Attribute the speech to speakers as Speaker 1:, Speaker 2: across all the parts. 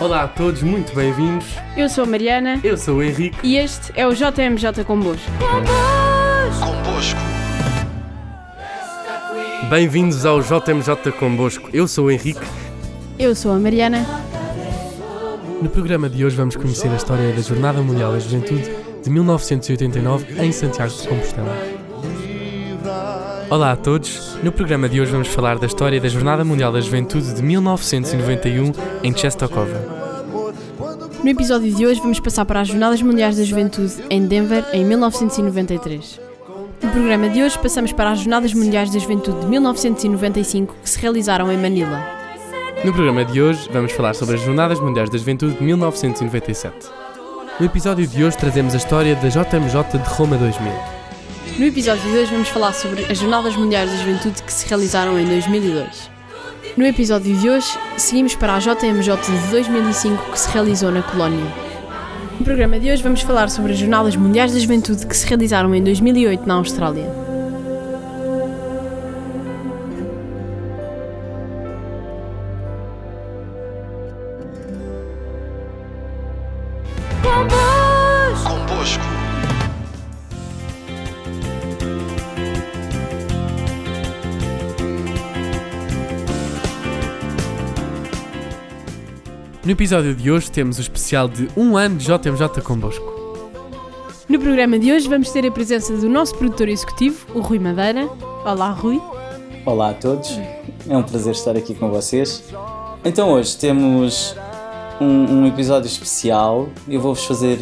Speaker 1: Olá a todos, muito bem-vindos.
Speaker 2: Eu sou a Mariana
Speaker 1: Eu sou o Henrique.
Speaker 2: e este é o JMJ Convosco.
Speaker 3: Convosco.
Speaker 1: Bem-vindos ao JMJ Convosco. Eu sou o Henrique.
Speaker 2: Eu sou a Mariana.
Speaker 1: No programa de hoje vamos conhecer a história da Jornada Mundial da Juventude de 1989 em Santiago de Compostela. Olá a todos. No programa de hoje vamos falar da história da Jornada Mundial da Juventude de 1991 em Czestochowa.
Speaker 2: No episódio de hoje vamos passar para as Jornadas Mundiais da Juventude em Denver em 1993. No programa de hoje passamos para as Jornadas Mundiais da Juventude de 1995 que se realizaram em Manila.
Speaker 1: No programa de hoje vamos falar sobre as Jornadas Mundiais da Juventude de 1997. No episódio de hoje trazemos a história da JMJ de Roma 2000.
Speaker 2: No episódio de hoje vamos falar sobre as Jornadas Mundiais da Juventude que se realizaram em 2002. No episódio de hoje seguimos para a JMJ de 2005 que se realizou na Colónia. No programa de hoje vamos falar sobre as Jornadas Mundiais da Juventude que se realizaram em 2008 na Austrália.
Speaker 3: Convosco.
Speaker 1: No episódio de hoje temos o especial de um ano de JMJ Convosco.
Speaker 2: No programa de hoje vamos ter a presença do nosso produtor executivo, o Rui Madeira. Olá, Rui.
Speaker 4: Olá a todos, é um prazer estar aqui com vocês. Então, hoje temos um, um episódio especial. Eu vou-vos fazer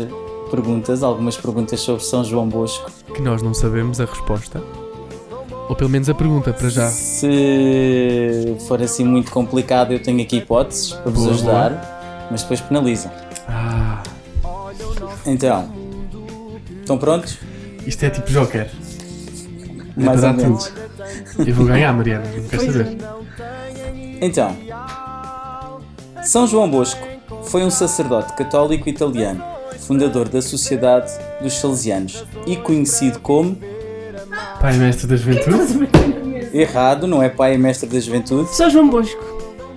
Speaker 4: perguntas, algumas perguntas sobre São João Bosco.
Speaker 1: Que nós não sabemos a resposta. Ou pelo menos a pergunta para já.
Speaker 4: Se for assim muito complicado, eu tenho aqui hipóteses para vos
Speaker 1: Boa,
Speaker 4: ajudar, mas depois penalizam.
Speaker 1: Ah,
Speaker 4: Então, estão prontos?
Speaker 1: isto é tipo Joker. É
Speaker 4: Mais
Speaker 1: para
Speaker 4: ou
Speaker 1: dar
Speaker 4: menos.
Speaker 1: tudo. Eu vou ganhar, Mariana, não queres saber?
Speaker 4: Então, São João Bosco foi um sacerdote católico italiano, fundador da Sociedade dos Salesianos e conhecido como
Speaker 2: é.
Speaker 1: Pai mestre da juventude?
Speaker 4: Errado, não é pai e mestre da juventude.
Speaker 2: Sou João Bosco.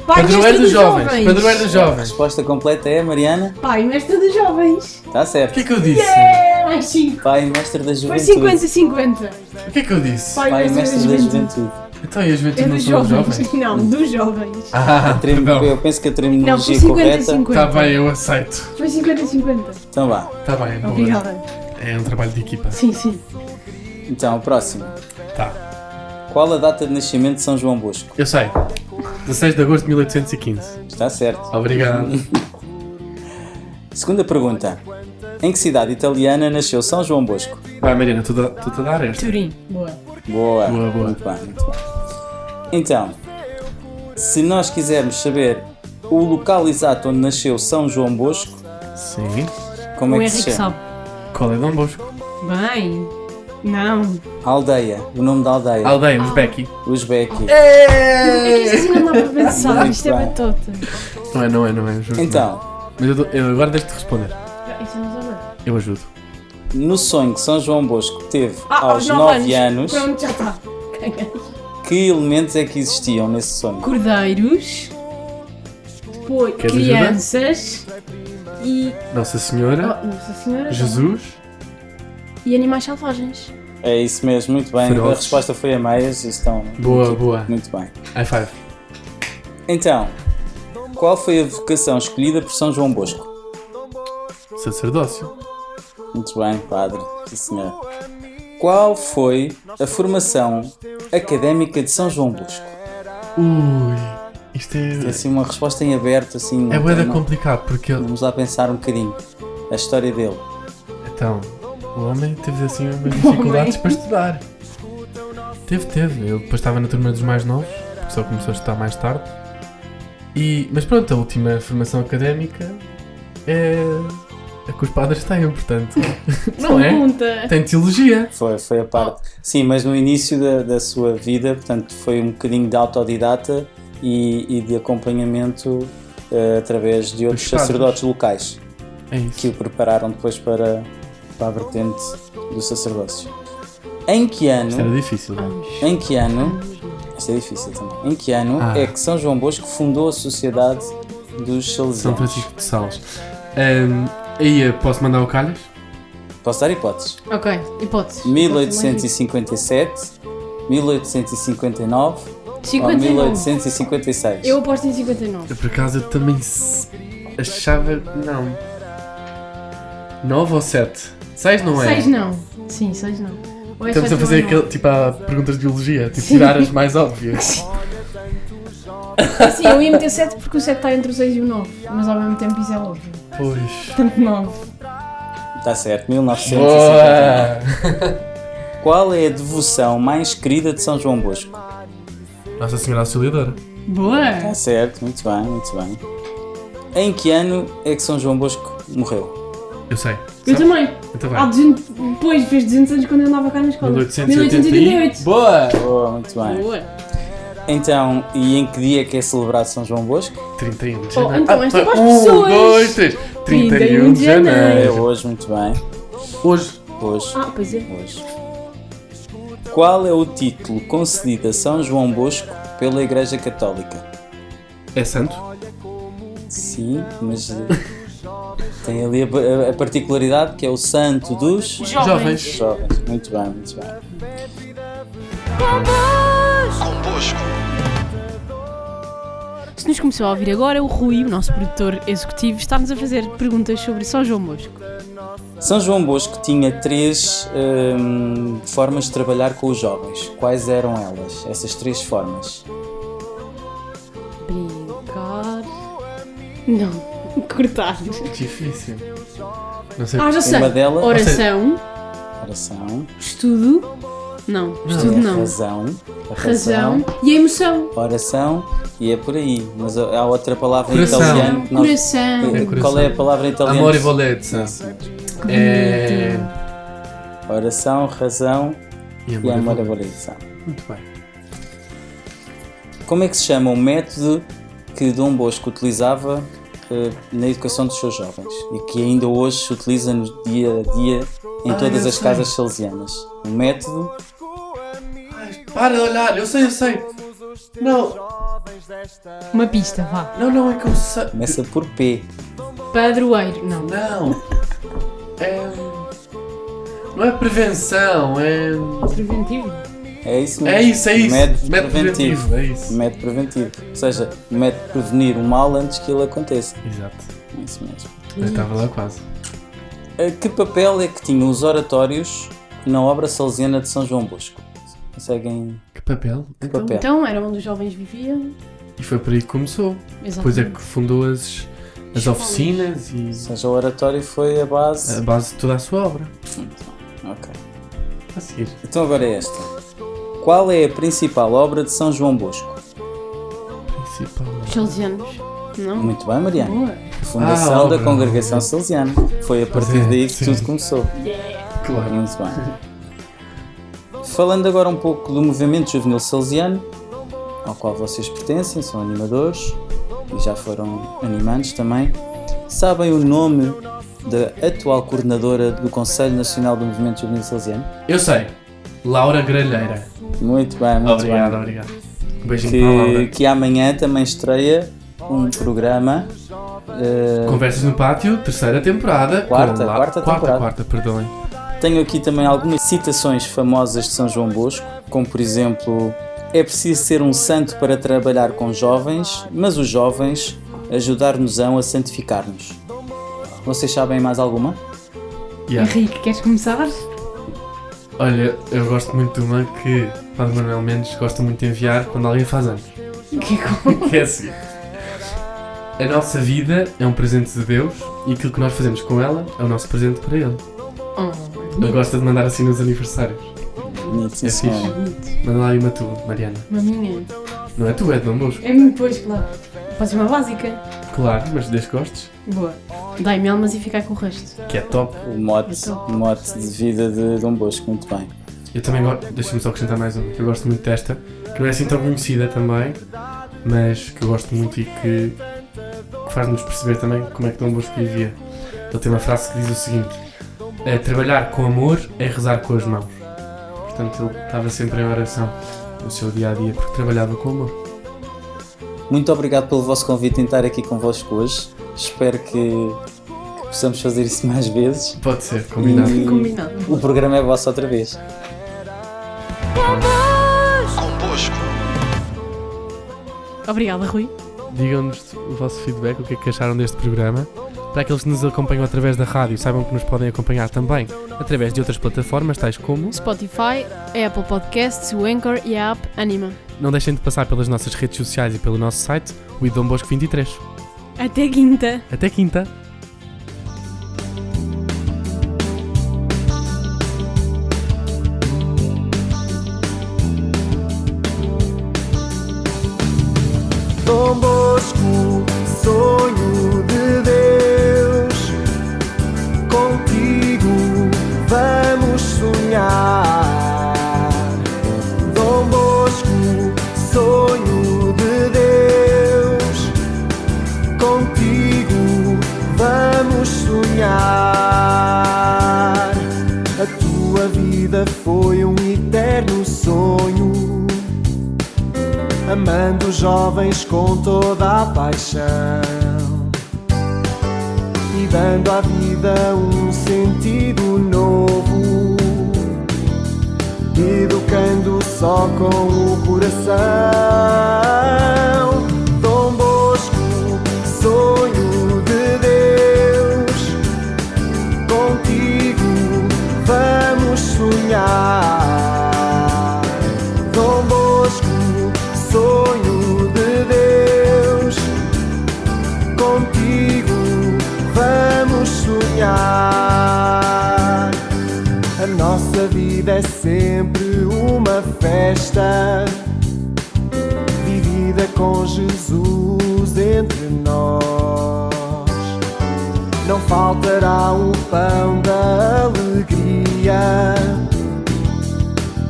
Speaker 2: Pai,
Speaker 4: é
Speaker 1: Padroeiro dos jovens. Padroeiro dos
Speaker 4: A
Speaker 1: jovens.
Speaker 4: resposta completa é Mariana.
Speaker 2: Pai, mestre dos jovens.
Speaker 4: Está
Speaker 1: O
Speaker 4: certo.
Speaker 1: que é que eu disse?
Speaker 2: É mais 5.
Speaker 4: Pai e mestre da
Speaker 2: Foi
Speaker 4: juventude.
Speaker 2: 50-50.
Speaker 1: O que é que eu disse?
Speaker 4: Pai e mestre da juventude.
Speaker 1: Então e a
Speaker 2: É
Speaker 1: juventude não
Speaker 2: dos
Speaker 1: são os
Speaker 2: jovens.
Speaker 1: jovens?
Speaker 2: Não, dos jovens.
Speaker 1: Ah,
Speaker 4: Trim-
Speaker 1: perdão.
Speaker 4: Eu penso que a
Speaker 2: Não, foi
Speaker 4: terminologia correta.
Speaker 2: 50-50.
Speaker 1: Está tá bem, eu aceito.
Speaker 2: Foi 50-50.
Speaker 4: Então vá.
Speaker 1: Está bem, é boa.
Speaker 2: Obrigada.
Speaker 1: É um trabalho de equipa.
Speaker 2: Sim, sim.
Speaker 4: Então, o próximo.
Speaker 1: Tá.
Speaker 4: Qual a data de nascimento de São João Bosco?
Speaker 1: Eu sei. 16 de agosto de 1815.
Speaker 4: Está certo.
Speaker 1: Obrigado.
Speaker 4: Segunda pergunta. Em que cidade italiana nasceu São João Bosco?
Speaker 1: Vai, Mariana, tu, dá- tu te dar é? esta.
Speaker 2: Turim. Boa.
Speaker 4: Boa.
Speaker 1: Boa, boa.
Speaker 4: Muito bem, muito bem. Então, se nós quisermos saber o local exato onde nasceu São João Bosco,
Speaker 1: Sim.
Speaker 4: como
Speaker 2: O
Speaker 4: é que se
Speaker 2: Henrique
Speaker 4: chama?
Speaker 2: sabe.
Speaker 1: Qual é Dom Bosco?
Speaker 2: Bem. Não.
Speaker 4: Aldeia, o nome da aldeia.
Speaker 1: Aldeia, Uzbeki.
Speaker 4: Uzbeki.
Speaker 2: É que isto assim não dá para pensar. Isto é
Speaker 4: Muito bem.
Speaker 2: batota.
Speaker 1: Não é, não é, não é. eu Juro que
Speaker 4: Então,
Speaker 1: não. Mas eu, dou- eu agora deixo-te responder.
Speaker 2: Isso é não sabe.
Speaker 1: Eu ajudo.
Speaker 4: no sonho que São João Bosco teve
Speaker 2: Ah,
Speaker 4: aos 9 anos,
Speaker 2: Pronto, já tá. está. Ganhei.
Speaker 4: que elementos é que existiam nesse sonho?
Speaker 2: cordeiros, depois
Speaker 1: Queres
Speaker 2: crianças e.
Speaker 1: Nossa Senhora,
Speaker 2: Oh, Nossa Senhora!
Speaker 1: Jesus.
Speaker 2: E animais selvagens.
Speaker 4: É isso mesmo, muito bem.
Speaker 1: Ferozes.
Speaker 4: A resposta foi a meias, estão
Speaker 1: Boa, boa.
Speaker 4: muito bem.
Speaker 1: High five.
Speaker 4: Então, qual foi a vocação escolhida por São João Bosco?
Speaker 1: Sacerdócio.
Speaker 4: Muito bem, padre, sim senhor. Qual foi a formação académica de São João Bosco?
Speaker 1: Ui. Isto
Speaker 4: Tem
Speaker 1: é.
Speaker 4: assim uma resposta em aberto, assim.
Speaker 1: É
Speaker 4: não-
Speaker 1: boeda
Speaker 4: não-
Speaker 1: complicado porque ele.
Speaker 4: Vamos lá pensar um bocadinho a história dele.
Speaker 1: Então, o homem teve assim umas dificuldades para estudar. Teve, teve. Ele depois estava na turma dos mais novos, porque só começou a estudar mais tarde. E, mas pronto, a última formação académica é a que os padres têm, portanto. Não é?
Speaker 2: Pergunta!
Speaker 1: Tem teologia.
Speaker 4: Foi, foi a parte. Sim, mas no início da, da sua vida, portanto, foi um bocadinho de autodidata e, e de acompanhamento eh, através de outros
Speaker 1: Dos padres.
Speaker 4: sacerdotes locais
Speaker 1: É
Speaker 4: que
Speaker 1: isso.
Speaker 4: o prepararam depois para, para a vertente do sacerdócio. Em que
Speaker 1: Isto era
Speaker 4: ano?
Speaker 1: difícil, não
Speaker 4: Em que ano? Isto é difícil também. Em que ano
Speaker 1: Ah.
Speaker 4: é que São João Bosco fundou a Sociedade dos
Speaker 1: São
Speaker 4: Salesianos.
Speaker 1: Francisco de Sales. Ahm, aí eu posso mandar o Calhas?
Speaker 4: Posso dar hipóteses?
Speaker 2: Ok, hipóteses.
Speaker 4: 1857, 1859 ou
Speaker 2: 59.
Speaker 4: 1856.
Speaker 2: Eu aposto em 59.
Speaker 1: Eu, Por acaso eu também s- achava. Não. 9 ou 7? 6 não é?
Speaker 2: 6 não. Sim, 6 não. Ou é
Speaker 1: Estamos a
Speaker 2: sete ou
Speaker 1: fazer
Speaker 2: é
Speaker 1: aquele,
Speaker 2: nove?
Speaker 1: tipo há perguntas de biologia, tipo
Speaker 2: Sim.
Speaker 1: tirar as mais óbvias.
Speaker 2: Sim, eu ia meter 7 porque o 7 está entre o 6 e o 9. Mas ao mesmo tempo isso é óbvio.
Speaker 1: Pois.
Speaker 2: Portanto, 9.
Speaker 4: Está Tá certo, 1959.
Speaker 1: Boa!
Speaker 4: Qual é a devoção mais querida de São João Bosco?
Speaker 1: Nossa Senhora Auxiliadora.
Speaker 2: Boa!
Speaker 1: Tá.
Speaker 4: Está certo, muito bem, muito bem. Em que ano é que São João Bosco morreu?
Speaker 1: Eu sei.
Speaker 2: Eu
Speaker 1: Sabe?
Speaker 2: também. Ah,
Speaker 1: Então
Speaker 2: Há
Speaker 1: vai.
Speaker 2: 200, depois fez 200 anos quando eu andava cá na escola.
Speaker 1: 1888. Boa!
Speaker 4: Boa, muito bem.
Speaker 2: Boa!
Speaker 4: Então, e em que dia é que é celebrado São João Bosco?
Speaker 1: 31 de
Speaker 2: Oh,
Speaker 1: janeiro. Ah,
Speaker 2: então, esta é para as
Speaker 1: 1,
Speaker 2: pessoas. um
Speaker 1: 2, 3. 31 de
Speaker 4: É
Speaker 1: janeiro.
Speaker 4: hoje, muito bem.
Speaker 1: Hoje.
Speaker 4: Hoje,
Speaker 2: Ah, pois é.
Speaker 4: hoje. Qual é o título concedido a São João Bosco pela Igreja Católica?
Speaker 1: É santo?
Speaker 4: Sim, mas eh, tem ali a, a- a particularidade que é o santo dos
Speaker 1: Jovens.
Speaker 4: jovens. Muito bem, muito bem.
Speaker 3: Convosco.
Speaker 2: Se nos começou a ouvir agora, o Rui, o nosso produtor executivo, está-nos a fazer perguntas sobre São João Bosco.
Speaker 4: São João Bosco tinha três hum, formas de trabalhar com os jovens. Quais eram elas? Essas três formas.
Speaker 2: Brincar. Não. Cortar.
Speaker 1: Difícil. Não sei.
Speaker 2: Ah, já sei.
Speaker 4: Uma delas-
Speaker 2: Oração.
Speaker 4: Oração, é
Speaker 2: Estudo. Não, estudo
Speaker 4: a
Speaker 2: não.
Speaker 4: razão, a razão,
Speaker 2: Razão. E a emoção.
Speaker 4: oração e é por aí. Mas há outra palavra
Speaker 1: Coração.
Speaker 4: em italiano. que nós-
Speaker 2: Coração.
Speaker 1: É coração.
Speaker 4: Qual é a palavra em italiano?
Speaker 1: Amor e Volezza. É.
Speaker 4: Oração, razão
Speaker 1: E
Speaker 4: e amor e
Speaker 1: Volezza.
Speaker 4: valorização.
Speaker 1: Muito bem.
Speaker 4: Como é que se chama o método que Dom Bosco utilizava eh, na educação dos seus jovens e que ainda hoje se utiliza no dia a dia em todas
Speaker 1: Ah, eu
Speaker 4: as
Speaker 1: sei.
Speaker 4: casas salesianas? O método
Speaker 1: Para de olhar, eu sei, eu sei. Não,
Speaker 2: Uma pista, vá.
Speaker 1: não, não, é que eu sei.
Speaker 4: começa por P.
Speaker 2: Padroeiro. Não.
Speaker 1: Não. É. Não é prevenção, é.
Speaker 2: Preventivo.
Speaker 4: É isso mesmo.
Speaker 1: É isso, é isso.
Speaker 4: Método,
Speaker 1: Método
Speaker 4: preventivo.
Speaker 1: preventivo, é isso.
Speaker 4: Método preventivo. Ou seja, o método de prevenir o mal antes que ele aconteça.
Speaker 1: Exato.
Speaker 4: É isso mesmo.
Speaker 1: Eu estava lá quase.
Speaker 4: Eh, Que papel é que tinham os oratórios na obra salesiana de São João Bosco? Conseguem
Speaker 1: Que papel? Então,
Speaker 4: papel?
Speaker 2: Então, era onde os jovens viviam.
Speaker 1: E foi por aí que começou. Depois é que fundou as, as oficinas e
Speaker 4: Ou seja, o oratório foi a base.
Speaker 1: a base de toda a sua obra.
Speaker 4: Ok.
Speaker 1: A seguir.
Speaker 4: Então agora é esta. Qual é a principal obra de São João Bosco?
Speaker 1: Principal.
Speaker 2: Os salesianos. Não?
Speaker 4: Muito bem, Mariana.
Speaker 2: Boa.
Speaker 4: A fundação
Speaker 1: Ah,
Speaker 4: da
Speaker 1: obra.
Speaker 4: Congregação Salesiana. Foi a partir
Speaker 1: é,
Speaker 4: daí que
Speaker 1: sim.
Speaker 4: tudo começou.
Speaker 1: Claro.
Speaker 4: Muito bem. Falando agora um pouco do movimento juvenil salesiano, ao qual vocês pertencem, são animadores e já foram animantes também. Sabem o nome da atual coordenadora do Conselho Nacional do Movimento Juvenil Salesiano?
Speaker 1: Eu sei. Laura Gralheira.
Speaker 4: Muito bem, muito
Speaker 1: Obrigado,
Speaker 4: bem.
Speaker 1: obrigado. Um beijinho para a
Speaker 4: que,
Speaker 1: Laura.
Speaker 4: que amanhã também estreia um programa. eh,
Speaker 1: Conversas no Pátio, terceira temporada. com
Speaker 4: Quarta,
Speaker 1: La-
Speaker 4: quarta
Speaker 1: Quarta,
Speaker 4: temporada.
Speaker 1: quarta, perdoem.
Speaker 4: tenho aqui também algumas citações famosas de São João Bosco, como por exemplo: É preciso ser um santo para trabalhar com jovens, mas os jovens ajudar-nos-ão a santificar-nos. Vocês sabem mais alguma?
Speaker 1: Yeah.
Speaker 2: Henrique, queres começar?
Speaker 1: Olha, eu gosto muito de uma que Padre Manuel Mendes gosta muito de enviar quando alguém faz anos.
Speaker 2: Que com-
Speaker 1: Que é assim. A nossa vida é um presente de Deus e aquilo que nós fazemos com ela é o nosso presente para Ele.
Speaker 2: Oh,
Speaker 4: Uhum.
Speaker 1: Ele gosta de mandar assim nos aniversários.
Speaker 4: Bonito, sim,
Speaker 1: É fixe.
Speaker 4: senhora.
Speaker 2: bonito.
Speaker 1: Manda lá aí uma tua, Mariana.
Speaker 2: Maminha.
Speaker 1: Não é tu, é de Dom Bosco.
Speaker 2: É muito pois, claro. Pode ser uma básica.
Speaker 1: Claro, mas desde que gostes.
Speaker 2: Boa. Dai-me almas e ficar com o resto.
Speaker 1: Que é top.
Speaker 4: O mote,
Speaker 2: Então.
Speaker 4: o mote de vida de Dom Bosco, muito bem.
Speaker 1: Eu também gosto. Deixa-me só acrescentar mais uma, que eu gosto muito desta, que não é assim tão conhecida também, mas que eu gosto muito e que, que faz-nos perceber também como é que Dom Bosco vivia. Ele tem uma frase que diz o seguinte: "É Trabalhar com amor é rezar com as mãos. Portanto, ele estava sempre em oração no seu dia a dia porque trabalhava com amor.
Speaker 4: Muito obrigado pelo vosso convite em estar aqui convosco hoje. Espero que, que possamos fazer isso mais vezes.
Speaker 1: Pode ser, combinado.
Speaker 4: E
Speaker 2: Combinado.
Speaker 4: O programa é vosso outra vez.
Speaker 3: Convosco.
Speaker 2: Obrigada, Rui.
Speaker 1: Digam-nos o vosso feedback, o que é que acharam deste programa. Para aqueles que nos acompanham através da rádio, saibam que nos podem acompanhar também através de outras plataformas, tais como.
Speaker 2: Spotify, a Apple Podcasts, o Anchor e a app Anima.
Speaker 1: Não deixem de passar pelas nossas redes sociais e pelo nosso site, o Idombosco 23.
Speaker 2: Até quinta!
Speaker 1: Até quinta!
Speaker 5: Dom Bosco, sonho de Deus, contigo vamos sonhar. Dom Bosco, sonho de Deus, contigo vamos sonhar. A tua vida foi um eterno sonho amando os jovens com toda a paixão e dando à vida um sentido novo, educando só com o coração. Dom Bosco, sonho de Deus, contigo vamos sonhar. Dom Bosco, sonho de Deus, contigo vamos sonhar. A nossa vida é sempre uma festa, vivida com Jesus entre nós não faltará o pão da alegria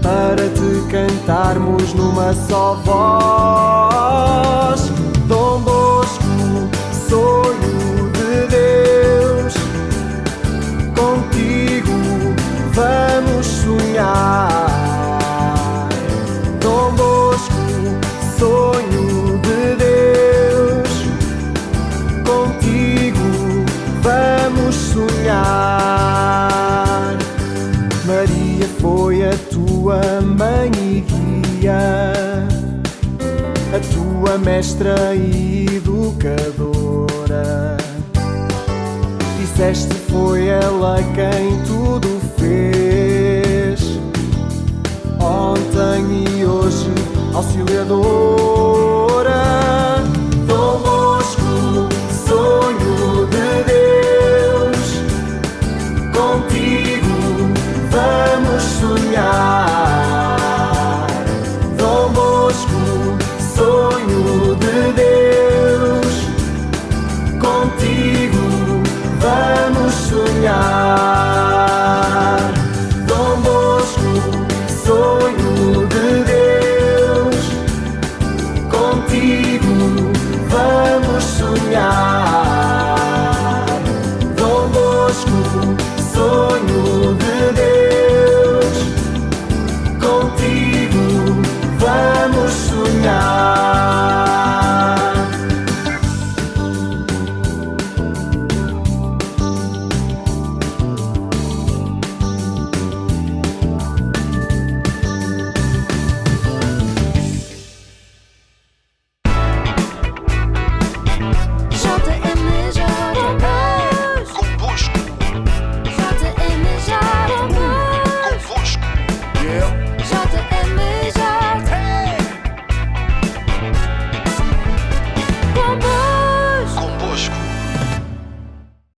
Speaker 5: para te cantarmos numa só voz. Dom Bosco, sonho de Deus, contigo vamos sonhar. Dom Bosco, sonho de Deus, contigo vamos sonhar. Maria foi a tua mãe e guia, a tua mestra e educadora. Disseste foi ela quem tudo